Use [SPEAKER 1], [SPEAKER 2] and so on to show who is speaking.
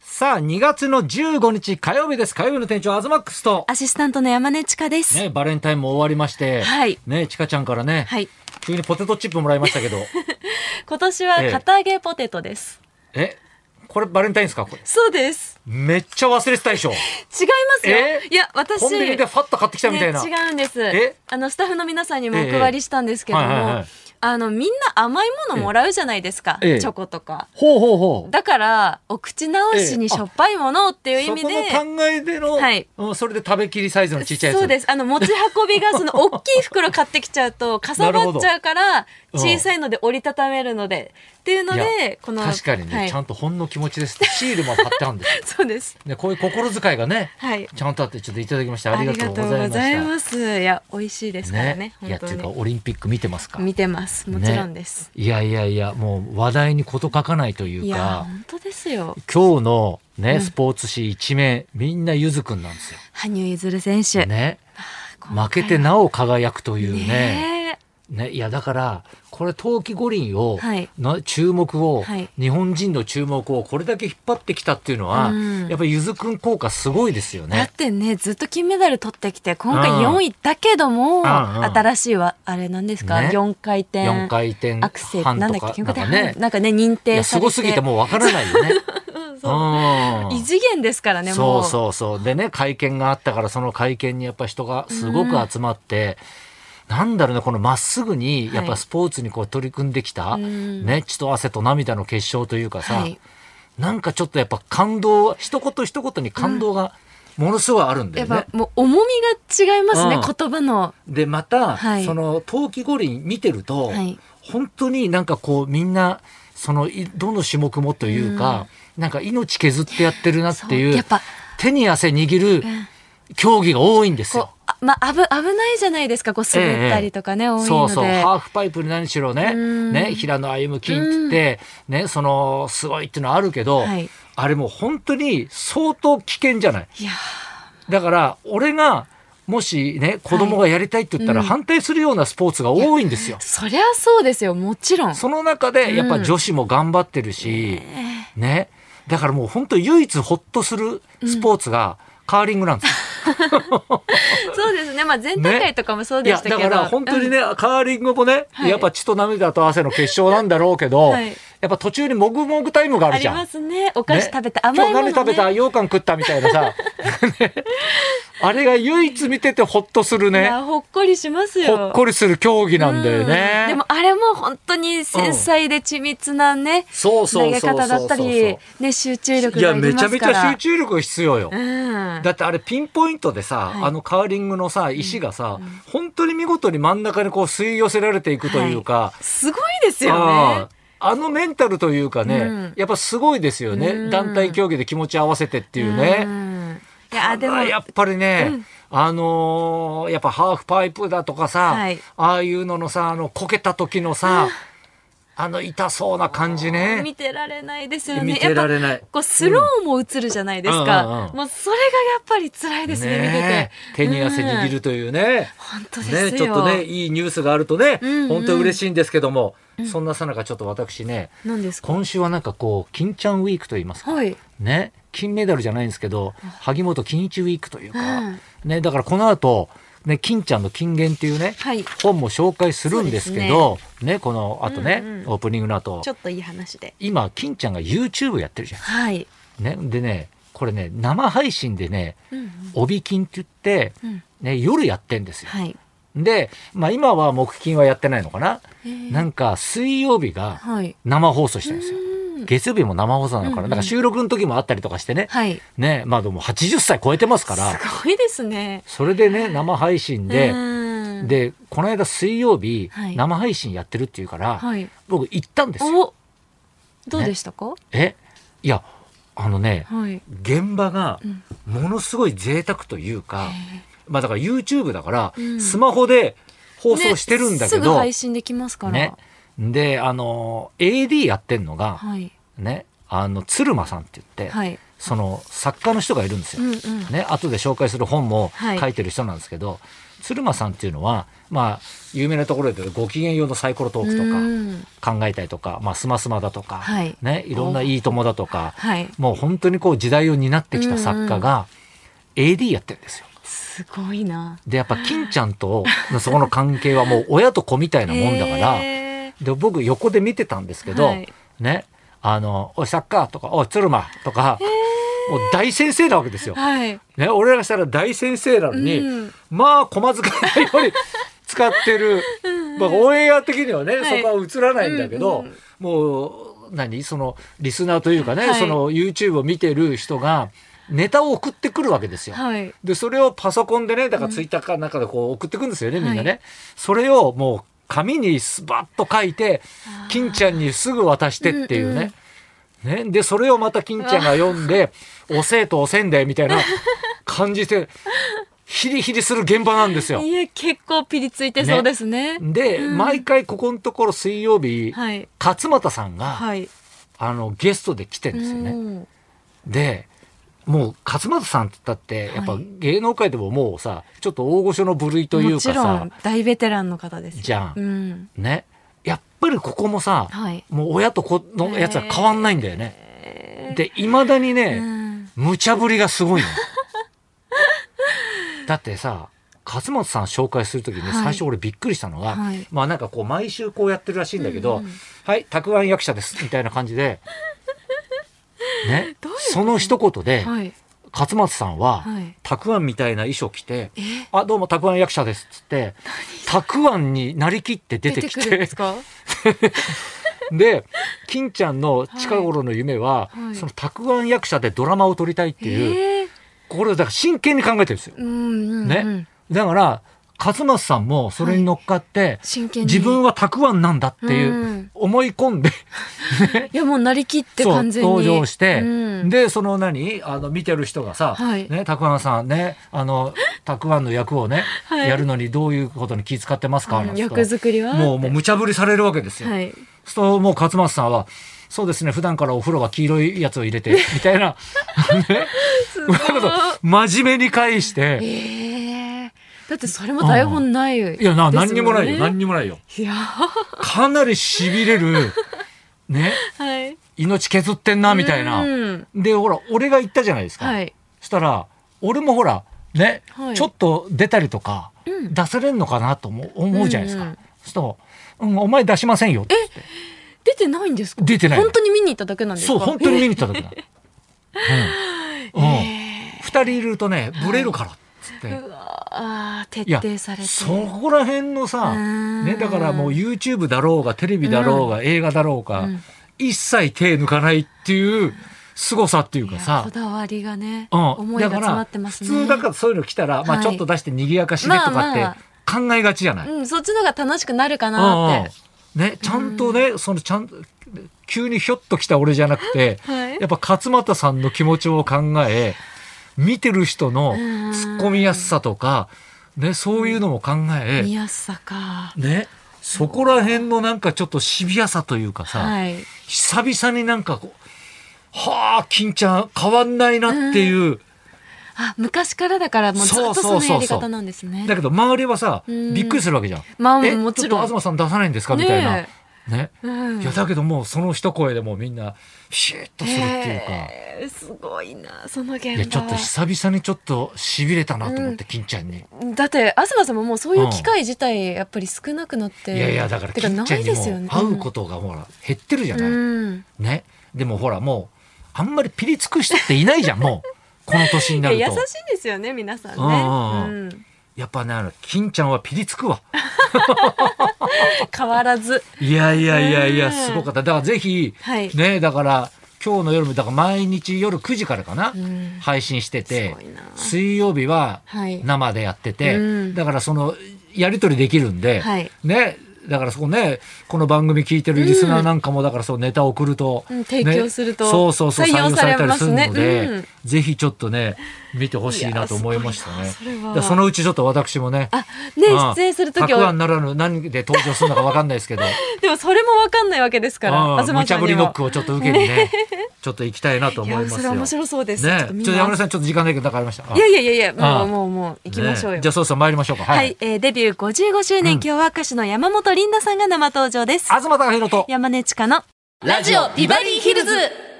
[SPEAKER 1] さあ、2月の15日火曜日です。火曜日の店長、アズマックスと。
[SPEAKER 2] アシスタントの山根千佳です。
[SPEAKER 1] ね、バレンタインも終わりまして。
[SPEAKER 2] はい
[SPEAKER 1] ね、ちかちゃんからね。
[SPEAKER 2] はい。
[SPEAKER 1] 急にポテトチップもらいました けど。
[SPEAKER 2] 今年は
[SPEAKER 1] ええ
[SPEAKER 2] 堅揚げポテトです。
[SPEAKER 1] えこれバレンタインですかこれ。
[SPEAKER 2] そうです。
[SPEAKER 1] めっちゃ忘れてたでしょ。
[SPEAKER 2] 違いますよ。
[SPEAKER 1] え
[SPEAKER 2] いや、私。
[SPEAKER 1] コンビニでファッと買ってきたみたいな。
[SPEAKER 2] ね、違うんです
[SPEAKER 1] え
[SPEAKER 2] あのスタッフの皆さんにもお
[SPEAKER 1] ええ
[SPEAKER 2] 配りしたんですけども、
[SPEAKER 1] はいはいはい
[SPEAKER 2] あのみんな甘いものもらうじゃないですか、
[SPEAKER 1] ええ
[SPEAKER 2] チョコとか
[SPEAKER 1] ほうほうほう。
[SPEAKER 2] だからお口直しにしょっぱいものをっていう意
[SPEAKER 1] そこ
[SPEAKER 2] 味で、
[SPEAKER 1] の考えでの、
[SPEAKER 2] はい
[SPEAKER 1] うんそれで食べきりサイズのちっちゃいやつ。
[SPEAKER 2] そうですあの持ち運び がその大きい袋買ってきちゃうとかさばっちゃうから
[SPEAKER 1] ほどうん
[SPEAKER 2] 小さいので折りたためるのでっていうの
[SPEAKER 1] いや
[SPEAKER 2] でこの
[SPEAKER 1] 確かにね、
[SPEAKER 2] はい
[SPEAKER 1] ちゃんとほんの気持ちですってシールも貼ってあるんです
[SPEAKER 2] そうです
[SPEAKER 1] ねこういう心遣いがね
[SPEAKER 2] はい
[SPEAKER 1] ちゃんとあってちょっといただきましてあり
[SPEAKER 2] あり
[SPEAKER 1] が
[SPEAKER 2] が
[SPEAKER 1] と
[SPEAKER 2] と
[SPEAKER 1] う
[SPEAKER 2] う
[SPEAKER 1] ご
[SPEAKER 2] ご
[SPEAKER 1] ざ
[SPEAKER 2] ざ
[SPEAKER 1] い
[SPEAKER 2] い
[SPEAKER 1] ました
[SPEAKER 2] ます。いや、美味しいですからね。
[SPEAKER 1] いやって
[SPEAKER 2] 本
[SPEAKER 1] いうか
[SPEAKER 2] 当に。
[SPEAKER 1] オリンピック見てますか
[SPEAKER 2] 見てます。もちろんです。
[SPEAKER 1] いやいやいやもう話題に事欠かないとい
[SPEAKER 2] いうや、
[SPEAKER 1] か
[SPEAKER 2] 本当ですよ。
[SPEAKER 1] 今日のね、
[SPEAKER 2] うん
[SPEAKER 1] スポーツ紙一面みんなゆずくんなんですよ
[SPEAKER 2] 羽生結弦選手。
[SPEAKER 1] ね
[SPEAKER 2] 今
[SPEAKER 1] 負け
[SPEAKER 2] 回は
[SPEAKER 1] てなお輝くというね
[SPEAKER 2] ね
[SPEAKER 1] ねいやだからこれ冬季五輪を、
[SPEAKER 2] はい
[SPEAKER 1] の注目を、
[SPEAKER 2] はい
[SPEAKER 1] 日本人の注目をこれだけ引っ張ってきたっていうのは、
[SPEAKER 2] うん
[SPEAKER 1] やっぱりゆずくん効果すごいですよ
[SPEAKER 2] だっ
[SPEAKER 1] ね。
[SPEAKER 2] てね、ずっと金メダル取ってきて、今回
[SPEAKER 1] うん
[SPEAKER 2] 4位だけど
[SPEAKER 1] んう
[SPEAKER 2] も、
[SPEAKER 1] ん
[SPEAKER 2] 新しいわ、あれなんですか
[SPEAKER 1] ね
[SPEAKER 2] ?4 回転。
[SPEAKER 1] 4回転
[SPEAKER 2] アクセル。
[SPEAKER 1] 半
[SPEAKER 2] なん
[SPEAKER 1] と
[SPEAKER 2] だっ
[SPEAKER 1] か
[SPEAKER 2] け ?4
[SPEAKER 1] なん
[SPEAKER 2] 回転
[SPEAKER 1] か
[SPEAKER 2] 半
[SPEAKER 1] ね。
[SPEAKER 2] なんかね、認
[SPEAKER 1] い
[SPEAKER 2] 定
[SPEAKER 1] や
[SPEAKER 2] さ
[SPEAKER 1] す
[SPEAKER 2] れて。
[SPEAKER 1] ごすぎてもうわからないよね。
[SPEAKER 2] うん そう
[SPEAKER 1] うん
[SPEAKER 2] 異次元ですからね、
[SPEAKER 1] そ
[SPEAKER 2] も
[SPEAKER 1] う
[SPEAKER 2] う。
[SPEAKER 1] そうそう。でね、会見があったから、その会見にやっぱ人がすごく集まって、なんだろうね、このまっすぐに、
[SPEAKER 2] はい
[SPEAKER 1] やっぱスポーツにこう取り組んできた、
[SPEAKER 2] うん
[SPEAKER 1] ね、血と汗と涙の結晶というかさ、
[SPEAKER 2] はい
[SPEAKER 1] なんかちょっとやっぱ感動、一言一言に感動がものすごいあるんだ
[SPEAKER 2] や
[SPEAKER 1] よ
[SPEAKER 2] っ
[SPEAKER 1] ね
[SPEAKER 2] ぱ。もう重みが違いますね、
[SPEAKER 1] うん
[SPEAKER 2] 言葉の。
[SPEAKER 1] で、また、
[SPEAKER 2] はい
[SPEAKER 1] その冬季五輪見てると、
[SPEAKER 2] はい
[SPEAKER 1] 本当になんかこうみんな、そのいどの種目もというか、なんか命削ってやってるなっ
[SPEAKER 2] そう
[SPEAKER 1] ていう
[SPEAKER 2] やっぱ、
[SPEAKER 1] 手に汗握る
[SPEAKER 2] ん
[SPEAKER 1] 競技が多いんです
[SPEAKER 2] こう
[SPEAKER 1] よ。
[SPEAKER 2] あまあ、危危ないじゃないですかこう滑ったりとかね、多いので
[SPEAKER 1] そうそうハーフパイプに何しろね
[SPEAKER 2] うん
[SPEAKER 1] ね平野歩夢金って言って、ね、そのすごいっていうのはあるけど、
[SPEAKER 2] はい
[SPEAKER 1] あれもう本当に相当危険じゃない
[SPEAKER 2] いや
[SPEAKER 1] だから俺がもしね子供がやりたいって言ったら
[SPEAKER 2] はいうん
[SPEAKER 1] 反対するようなスポーツが多いんですよ。
[SPEAKER 2] そりゃそうですよもちろん
[SPEAKER 1] その中でやっぱ女子も頑張ってるし、ねだからもう本当唯一ホッとするスポーツがカーリングなんですよ
[SPEAKER 2] そうですねまあ前大
[SPEAKER 1] ね
[SPEAKER 2] 会とかもそう
[SPEAKER 1] い
[SPEAKER 2] で
[SPEAKER 1] や
[SPEAKER 2] したけど、
[SPEAKER 1] だから本当にね、カーリングもね、
[SPEAKER 2] はい
[SPEAKER 1] やっぱ血と涙と汗の結晶なんだろうけど、
[SPEAKER 2] はい
[SPEAKER 1] やっぱ途中にもぐもぐタイムがあ
[SPEAKER 2] あ
[SPEAKER 1] るじ
[SPEAKER 2] り
[SPEAKER 1] ゃん。
[SPEAKER 2] ますねお菓子
[SPEAKER 1] ね
[SPEAKER 2] 食べて、甘いもの、
[SPEAKER 1] 今
[SPEAKER 2] ね、
[SPEAKER 1] 日何食べた羊羹食ったみたいなさ ねあれが唯一見ててほっとする
[SPEAKER 2] い
[SPEAKER 1] ね
[SPEAKER 2] やほっこりしますよ
[SPEAKER 1] ほっこりする競技なんだよね
[SPEAKER 2] うん。でもあれも本当に繊細で緻密なね、
[SPEAKER 1] そう
[SPEAKER 2] 投げ方だったりね集中力
[SPEAKER 1] い
[SPEAKER 2] が
[SPEAKER 1] や
[SPEAKER 2] いり
[SPEAKER 1] めち
[SPEAKER 2] ま
[SPEAKER 1] ゃ
[SPEAKER 2] す
[SPEAKER 1] めち
[SPEAKER 2] から
[SPEAKER 1] ゃ集中力が必要よ。
[SPEAKER 2] うん
[SPEAKER 1] だってあれピンポイントでさ、
[SPEAKER 2] はい
[SPEAKER 1] あのカーリングのさ石がさ、本当に見事に真ん中にこう吸い寄せられていくというか、
[SPEAKER 2] すごいですよ
[SPEAKER 1] あ
[SPEAKER 2] ね
[SPEAKER 1] ああのメンタルというかね、
[SPEAKER 2] うん
[SPEAKER 1] やっぱすごいですよね、
[SPEAKER 2] うん
[SPEAKER 1] 団体競技で気持ち合わせてっていうね、
[SPEAKER 2] んいやで
[SPEAKER 1] た
[SPEAKER 2] も
[SPEAKER 1] だやっぱりね、あのーやっぱハーフパイプだとかさ、
[SPEAKER 2] はい
[SPEAKER 1] ああいうののさあのこけた時のさ、あの痛そうな感じね
[SPEAKER 2] 見てられないですよね。
[SPEAKER 1] 見てられない
[SPEAKER 2] やっぱこうスローも映るじゃないですか。
[SPEAKER 1] うんうんうんうん
[SPEAKER 2] もうそれがやっぱり辛いですね、見てて。
[SPEAKER 1] 手に汗握
[SPEAKER 2] うん
[SPEAKER 1] るというね、
[SPEAKER 2] 本当ですよ。
[SPEAKER 1] ね、ちょっとね、いいニュースがあるとね、
[SPEAKER 2] うんうん
[SPEAKER 1] 本当嬉しいんですけども、そんなさなかちょっと私ね、
[SPEAKER 2] 何ですか
[SPEAKER 1] 今週はなんかこう、金ちゃんウィークと言いますか、
[SPEAKER 2] はい。
[SPEAKER 1] ね、金メダルじゃないんですけど、萩本欽一ウィークというか、
[SPEAKER 2] うん
[SPEAKER 1] ね、だからこの後、ね、金ちゃんの金言っていうね、
[SPEAKER 2] はい。
[SPEAKER 1] 本も紹介するんですけど、ねこの後ね、
[SPEAKER 2] うんうん
[SPEAKER 1] オープニングの後
[SPEAKER 2] ち、ょっといい話で。
[SPEAKER 1] 今、金ちゃんが YouTube やってるじゃ
[SPEAKER 2] はい。
[SPEAKER 1] ん。ね、でね、これね、生配信でね、
[SPEAKER 2] うんうん
[SPEAKER 1] 帯金って言って、
[SPEAKER 2] うん
[SPEAKER 1] ね、夜やってんですよ。
[SPEAKER 2] はい。
[SPEAKER 1] で、まあ今は木金はやってないのかな、
[SPEAKER 2] えー
[SPEAKER 1] なんか水曜日が
[SPEAKER 2] はい。
[SPEAKER 1] 生放送してるんですよ。
[SPEAKER 2] うん
[SPEAKER 1] 月曜日も生放送なのかな、
[SPEAKER 2] うんうん
[SPEAKER 1] なんか収録の時もあったりとかしてね、
[SPEAKER 2] はい。
[SPEAKER 1] ねまあでも80歳超えてますから、
[SPEAKER 2] すごいですね。
[SPEAKER 1] それでね、生配信で、
[SPEAKER 2] うん、
[SPEAKER 1] で、この間水曜日、
[SPEAKER 2] はい
[SPEAKER 1] 生配信やってるっていうから、
[SPEAKER 2] はい。
[SPEAKER 1] 僕行ったんですよ。
[SPEAKER 2] おどうでしたか、
[SPEAKER 1] えいや、あのね、
[SPEAKER 2] はい。
[SPEAKER 1] 現場が
[SPEAKER 2] うん
[SPEAKER 1] ものすごい贅沢というか、まあだから YouTube だから、
[SPEAKER 2] うん
[SPEAKER 1] スマホで放送してるんだけ
[SPEAKER 2] ねすぐ
[SPEAKER 1] ど、
[SPEAKER 2] 配信できますから。
[SPEAKER 1] ね。で、あの、AD やってんのが、
[SPEAKER 2] はい。
[SPEAKER 1] ね、あの、鶴間さんって言って、
[SPEAKER 2] はい。
[SPEAKER 1] その作家の人がいるんです
[SPEAKER 2] う
[SPEAKER 1] よ。
[SPEAKER 2] んうん。
[SPEAKER 1] ね、後で紹介する本も
[SPEAKER 2] はい
[SPEAKER 1] 書いてる人なんですけど、鶴間さんっていうのは、まあ、有名なところでご機嫌用のサイコロトーク
[SPEAKER 2] うん
[SPEAKER 1] とか考えたりとか、まあ、スマスマだとか、
[SPEAKER 2] はい
[SPEAKER 1] ね、いろんないい友だとか、
[SPEAKER 2] はい
[SPEAKER 1] もう本当にこう時代を担ってきた作家が AD やってるんですよ。
[SPEAKER 2] すごいな。
[SPEAKER 1] で、やっぱ金ちゃん とそこの関係はもう親と子みたいなもんだから、
[SPEAKER 2] へ
[SPEAKER 1] で僕横で見てたんですけど、
[SPEAKER 2] はい
[SPEAKER 1] ねあの「おいサッカー」とか「おい鶴間」とか、もう大先生なわけですよ
[SPEAKER 2] ー。はい。
[SPEAKER 1] ね、俺らがしたら大先生なのに、
[SPEAKER 2] うん
[SPEAKER 1] まあ駒使いより使ってる、まあ、オンエア的にはね、
[SPEAKER 2] はい
[SPEAKER 1] そこは映らないんだけど、
[SPEAKER 2] うんうん
[SPEAKER 1] もう何そのリスナーというかね、
[SPEAKER 2] はい
[SPEAKER 1] その YouTube を見てる人がネタを送ってくるわけですよ。
[SPEAKER 2] はい。
[SPEAKER 1] で、それをパソコンでね、だからツイッターかなんかでこう送ってくんですよね、
[SPEAKER 2] はい
[SPEAKER 1] みんなね。それをもう紙にスバッと書いて、金ちゃんにすぐ渡してっていうね。ね、で、それをまた金ちゃんが読んで、おせえとおせんべいみたいな感じで、ヒリヒリする現場なんですよ。
[SPEAKER 2] いや、結構ピリついてそうですね。
[SPEAKER 1] で、
[SPEAKER 2] うん
[SPEAKER 1] 毎回ここのところ水曜日、
[SPEAKER 2] はい。
[SPEAKER 1] 勝俣さんが、
[SPEAKER 2] はい。
[SPEAKER 1] あの、ゲストで来てんですよね。
[SPEAKER 2] うん
[SPEAKER 1] でもう勝俣さんって言ったって、
[SPEAKER 2] い
[SPEAKER 1] やっぱ芸能界でももうさちょっと大御所の部類という
[SPEAKER 2] も
[SPEAKER 1] か
[SPEAKER 2] ちろ
[SPEAKER 1] さ
[SPEAKER 2] ん、大ベテランの方ですよ。
[SPEAKER 1] じゃん
[SPEAKER 2] うん。
[SPEAKER 1] ねやっぱりここもさ、
[SPEAKER 2] はい。
[SPEAKER 1] もう親と子のやつは変わんないんだよね。でいまだに
[SPEAKER 2] う
[SPEAKER 1] ね、
[SPEAKER 2] ん
[SPEAKER 1] 無茶ぶりがすご いの。だってさ勝俣さん紹介するときに
[SPEAKER 2] はい
[SPEAKER 1] 最初俺びっくりしたのが、
[SPEAKER 2] はい
[SPEAKER 1] まあなんかこう毎週こうやってるらしいんだけど「
[SPEAKER 2] うんうん
[SPEAKER 1] はい卓腕役者です」みたいな感じ で。ね、
[SPEAKER 2] どういうこと
[SPEAKER 1] その一言で、
[SPEAKER 2] はい。
[SPEAKER 1] 勝俣さんは、
[SPEAKER 2] はい
[SPEAKER 1] たくあんみたいな衣装着て
[SPEAKER 2] え
[SPEAKER 1] 「あどうもたくあん役者です」っつってたくあんになりきって出
[SPEAKER 2] 出
[SPEAKER 1] て
[SPEAKER 2] て
[SPEAKER 1] き
[SPEAKER 2] くるんで
[SPEAKER 1] て
[SPEAKER 2] すか
[SPEAKER 1] で金ちゃんの近頃の夢は、
[SPEAKER 2] はいはい
[SPEAKER 1] そのたくあん役者でドラマを撮りたいっていう、
[SPEAKER 2] えー
[SPEAKER 1] これをだから真剣に考えてるんですよ。
[SPEAKER 2] うんうんうん。
[SPEAKER 1] ね、だから勝俣さんもそれに乗っかって、
[SPEAKER 2] 真剣に。
[SPEAKER 1] 自分はたくあんなんだって
[SPEAKER 2] う
[SPEAKER 1] いうん思い込んで、
[SPEAKER 2] いや、もうなりきって完全
[SPEAKER 1] そ
[SPEAKER 2] に。
[SPEAKER 1] う登場して、
[SPEAKER 2] うん
[SPEAKER 1] でその何あの見てる人がさ、
[SPEAKER 2] はい
[SPEAKER 1] ねたくあんさんねあのたくあんの役をね、
[SPEAKER 2] はい
[SPEAKER 1] やるのにどういうことに気遣ってますか、
[SPEAKER 2] うん
[SPEAKER 1] なんて言うと
[SPEAKER 2] 役作りは
[SPEAKER 1] もうもう無茶ぶりされるわけですよ。
[SPEAKER 2] はい。
[SPEAKER 1] そうもう勝松さんはそうですね普段からお風呂は黄色いやつを入れ てみたいな、ね、
[SPEAKER 2] す
[SPEAKER 1] うまいこと真面目に返 して
[SPEAKER 2] ええだってそれも台本ない。
[SPEAKER 1] いやな
[SPEAKER 2] です
[SPEAKER 1] 何にもないよ、
[SPEAKER 2] ね
[SPEAKER 1] 何にもないよ
[SPEAKER 2] いや
[SPEAKER 1] かなりしびれるね
[SPEAKER 2] はい。
[SPEAKER 1] 命削ってんなみたいな。
[SPEAKER 2] うん
[SPEAKER 1] でほら俺が言ったじゃないですか。
[SPEAKER 2] はい。
[SPEAKER 1] したら俺もほらね、
[SPEAKER 2] はい
[SPEAKER 1] ちょっと出たりとか、
[SPEAKER 2] うん
[SPEAKER 1] 出せれんのかなと思う思うじゃないですか。
[SPEAKER 2] うんうん
[SPEAKER 1] そうすると、うん、お前出しませんよって
[SPEAKER 2] 出てないんですか
[SPEAKER 1] 出てない
[SPEAKER 2] 本当に見に行っただけなんですか
[SPEAKER 1] そう本当に見に行った 時だ。うん、うん
[SPEAKER 2] え
[SPEAKER 1] 二人いるとねブレるからっつって、
[SPEAKER 2] えうわあ徹
[SPEAKER 1] いや
[SPEAKER 2] 底されて。
[SPEAKER 1] そこら辺のさ、
[SPEAKER 2] うん
[SPEAKER 1] ねだからもう YouTube だろうがテレビだろうが、映画だろうが、
[SPEAKER 2] うん
[SPEAKER 1] 一切手抜かないっていう凄さっていう
[SPEAKER 2] い
[SPEAKER 1] か
[SPEAKER 2] や
[SPEAKER 1] さ
[SPEAKER 2] こ。だわりがね、
[SPEAKER 1] うん、
[SPEAKER 2] 思い
[SPEAKER 1] だ
[SPEAKER 2] が
[SPEAKER 1] か
[SPEAKER 2] 詰ま
[SPEAKER 1] ら
[SPEAKER 2] ってますね。
[SPEAKER 1] 普通だからそういうの来たら、ま
[SPEAKER 2] は
[SPEAKER 1] あ
[SPEAKER 2] い
[SPEAKER 1] ちょっと出して賑やかしねとか
[SPEAKER 2] まあ
[SPEAKER 1] って考えがちじゃない。
[SPEAKER 2] うん、そっちの方が楽しくなるかなって。
[SPEAKER 1] うんうんね、ちゃんとね、そのちゃん急にひょっと来た俺じゃなくて、
[SPEAKER 2] はい
[SPEAKER 1] やっぱ勝俣さんの気持ちを考え見てる人の突っ込みやすさとか、ね、そういうのも考え、
[SPEAKER 2] 見やすさか。
[SPEAKER 1] ね、そこら辺のなんかちょっとシビアさというかさ、
[SPEAKER 2] はい。
[SPEAKER 1] 久々になんかこうはあ金ちゃん変わんないなっていう。
[SPEAKER 2] あ、昔からだからもうずっとそのやり方なんですね。
[SPEAKER 1] だけど周りはさ、
[SPEAKER 2] うん
[SPEAKER 1] びっくりするわけじゃん。
[SPEAKER 2] まあ
[SPEAKER 1] え
[SPEAKER 2] もちろん
[SPEAKER 1] ょっと東さん出さないんですかみたいな。
[SPEAKER 2] ね
[SPEAKER 1] ね。
[SPEAKER 2] うん
[SPEAKER 1] いやだけどもうその一声でもうみんなシュッとするっていうか。
[SPEAKER 2] へえすごいなその現場
[SPEAKER 1] いやちょっと久々にちょっと痺れたなと思って、金ちゃんに。
[SPEAKER 2] だって東さんももうそういう機会自体やっぱり少なくなって、
[SPEAKER 1] いやいやだから
[SPEAKER 2] て
[SPEAKER 1] 金
[SPEAKER 2] な
[SPEAKER 1] ちゃん
[SPEAKER 2] い
[SPEAKER 1] に
[SPEAKER 2] ですよ
[SPEAKER 1] も
[SPEAKER 2] ね
[SPEAKER 1] 会うことがほら減ってるじゃ
[SPEAKER 2] う
[SPEAKER 1] ない。
[SPEAKER 2] ん
[SPEAKER 1] ね。でもほらもうあんまりピリつく人っていないじゃんもうこの年に
[SPEAKER 2] い
[SPEAKER 1] な
[SPEAKER 2] や
[SPEAKER 1] る
[SPEAKER 2] 優し
[SPEAKER 1] と
[SPEAKER 2] い。ですよね皆さんね、
[SPEAKER 1] うん
[SPEAKER 2] うん
[SPEAKER 1] やっぱねあの金ちゃんはピリつくわ。
[SPEAKER 2] 変わらず
[SPEAKER 1] いやいやいやいや、
[SPEAKER 2] ねえ
[SPEAKER 1] すごかった。だからぜひ、
[SPEAKER 2] はい
[SPEAKER 1] ね、だから、今日の夜も、だから毎日夜9時からかな、
[SPEAKER 2] ん
[SPEAKER 1] 配信してて
[SPEAKER 2] すごいな、
[SPEAKER 1] 水曜日は
[SPEAKER 2] はい
[SPEAKER 1] 生でやってて、
[SPEAKER 2] うん
[SPEAKER 1] だからその、やりとりできるんで、
[SPEAKER 2] はい
[SPEAKER 1] ね、だからそこね、この番組聞いてるリスナーなんかも、だからそうネタを送ると、
[SPEAKER 2] うん
[SPEAKER 1] ね
[SPEAKER 2] 提供すると
[SPEAKER 1] そうそうそう、
[SPEAKER 2] 採
[SPEAKER 1] 採
[SPEAKER 2] 用
[SPEAKER 1] 用
[SPEAKER 2] さ
[SPEAKER 1] さ
[SPEAKER 2] れ
[SPEAKER 1] れたり
[SPEAKER 2] ます
[SPEAKER 1] る
[SPEAKER 2] ね
[SPEAKER 1] ので、
[SPEAKER 2] うん
[SPEAKER 1] ぜひちょっとね、見てほしいなと思いました
[SPEAKER 2] いや
[SPEAKER 1] ね。
[SPEAKER 2] すごいなそれは
[SPEAKER 1] だからそのうちちょっと私もね、
[SPEAKER 2] あね
[SPEAKER 1] うん
[SPEAKER 2] 出演する時
[SPEAKER 1] たくあ
[SPEAKER 2] は
[SPEAKER 1] んならぬ何で登場するのかわかんないですけど、
[SPEAKER 2] でもそれもわかんないわけですから
[SPEAKER 1] うん
[SPEAKER 2] 東さんには
[SPEAKER 1] 無茶ぶりノックをちょっと受けにね、ちょっと行きたいなと
[SPEAKER 2] い
[SPEAKER 1] 思い
[SPEAKER 2] や
[SPEAKER 1] ま
[SPEAKER 2] そ
[SPEAKER 1] す
[SPEAKER 2] れ
[SPEAKER 1] よ。
[SPEAKER 2] は面
[SPEAKER 1] ね、
[SPEAKER 2] 白そうです
[SPEAKER 1] ちょ
[SPEAKER 2] ちょ
[SPEAKER 1] っ
[SPEAKER 2] っ
[SPEAKER 1] と
[SPEAKER 2] と見
[SPEAKER 1] 山
[SPEAKER 2] ま
[SPEAKER 1] 村
[SPEAKER 2] す
[SPEAKER 1] さんちょっと時間ないけどなんかありました。あ
[SPEAKER 2] いやいやいやいやも
[SPEAKER 1] あ
[SPEAKER 2] うもうもう行きましょうよ、
[SPEAKER 1] ねじゃあそうそう参りましょうか。は
[SPEAKER 2] はいい。、えーデビュー50周年今日は歌手の山本リンダさんが生登場です。
[SPEAKER 1] 東隆弘と
[SPEAKER 2] 山根千佳の
[SPEAKER 1] ラジオビバリーヒル
[SPEAKER 2] ズ。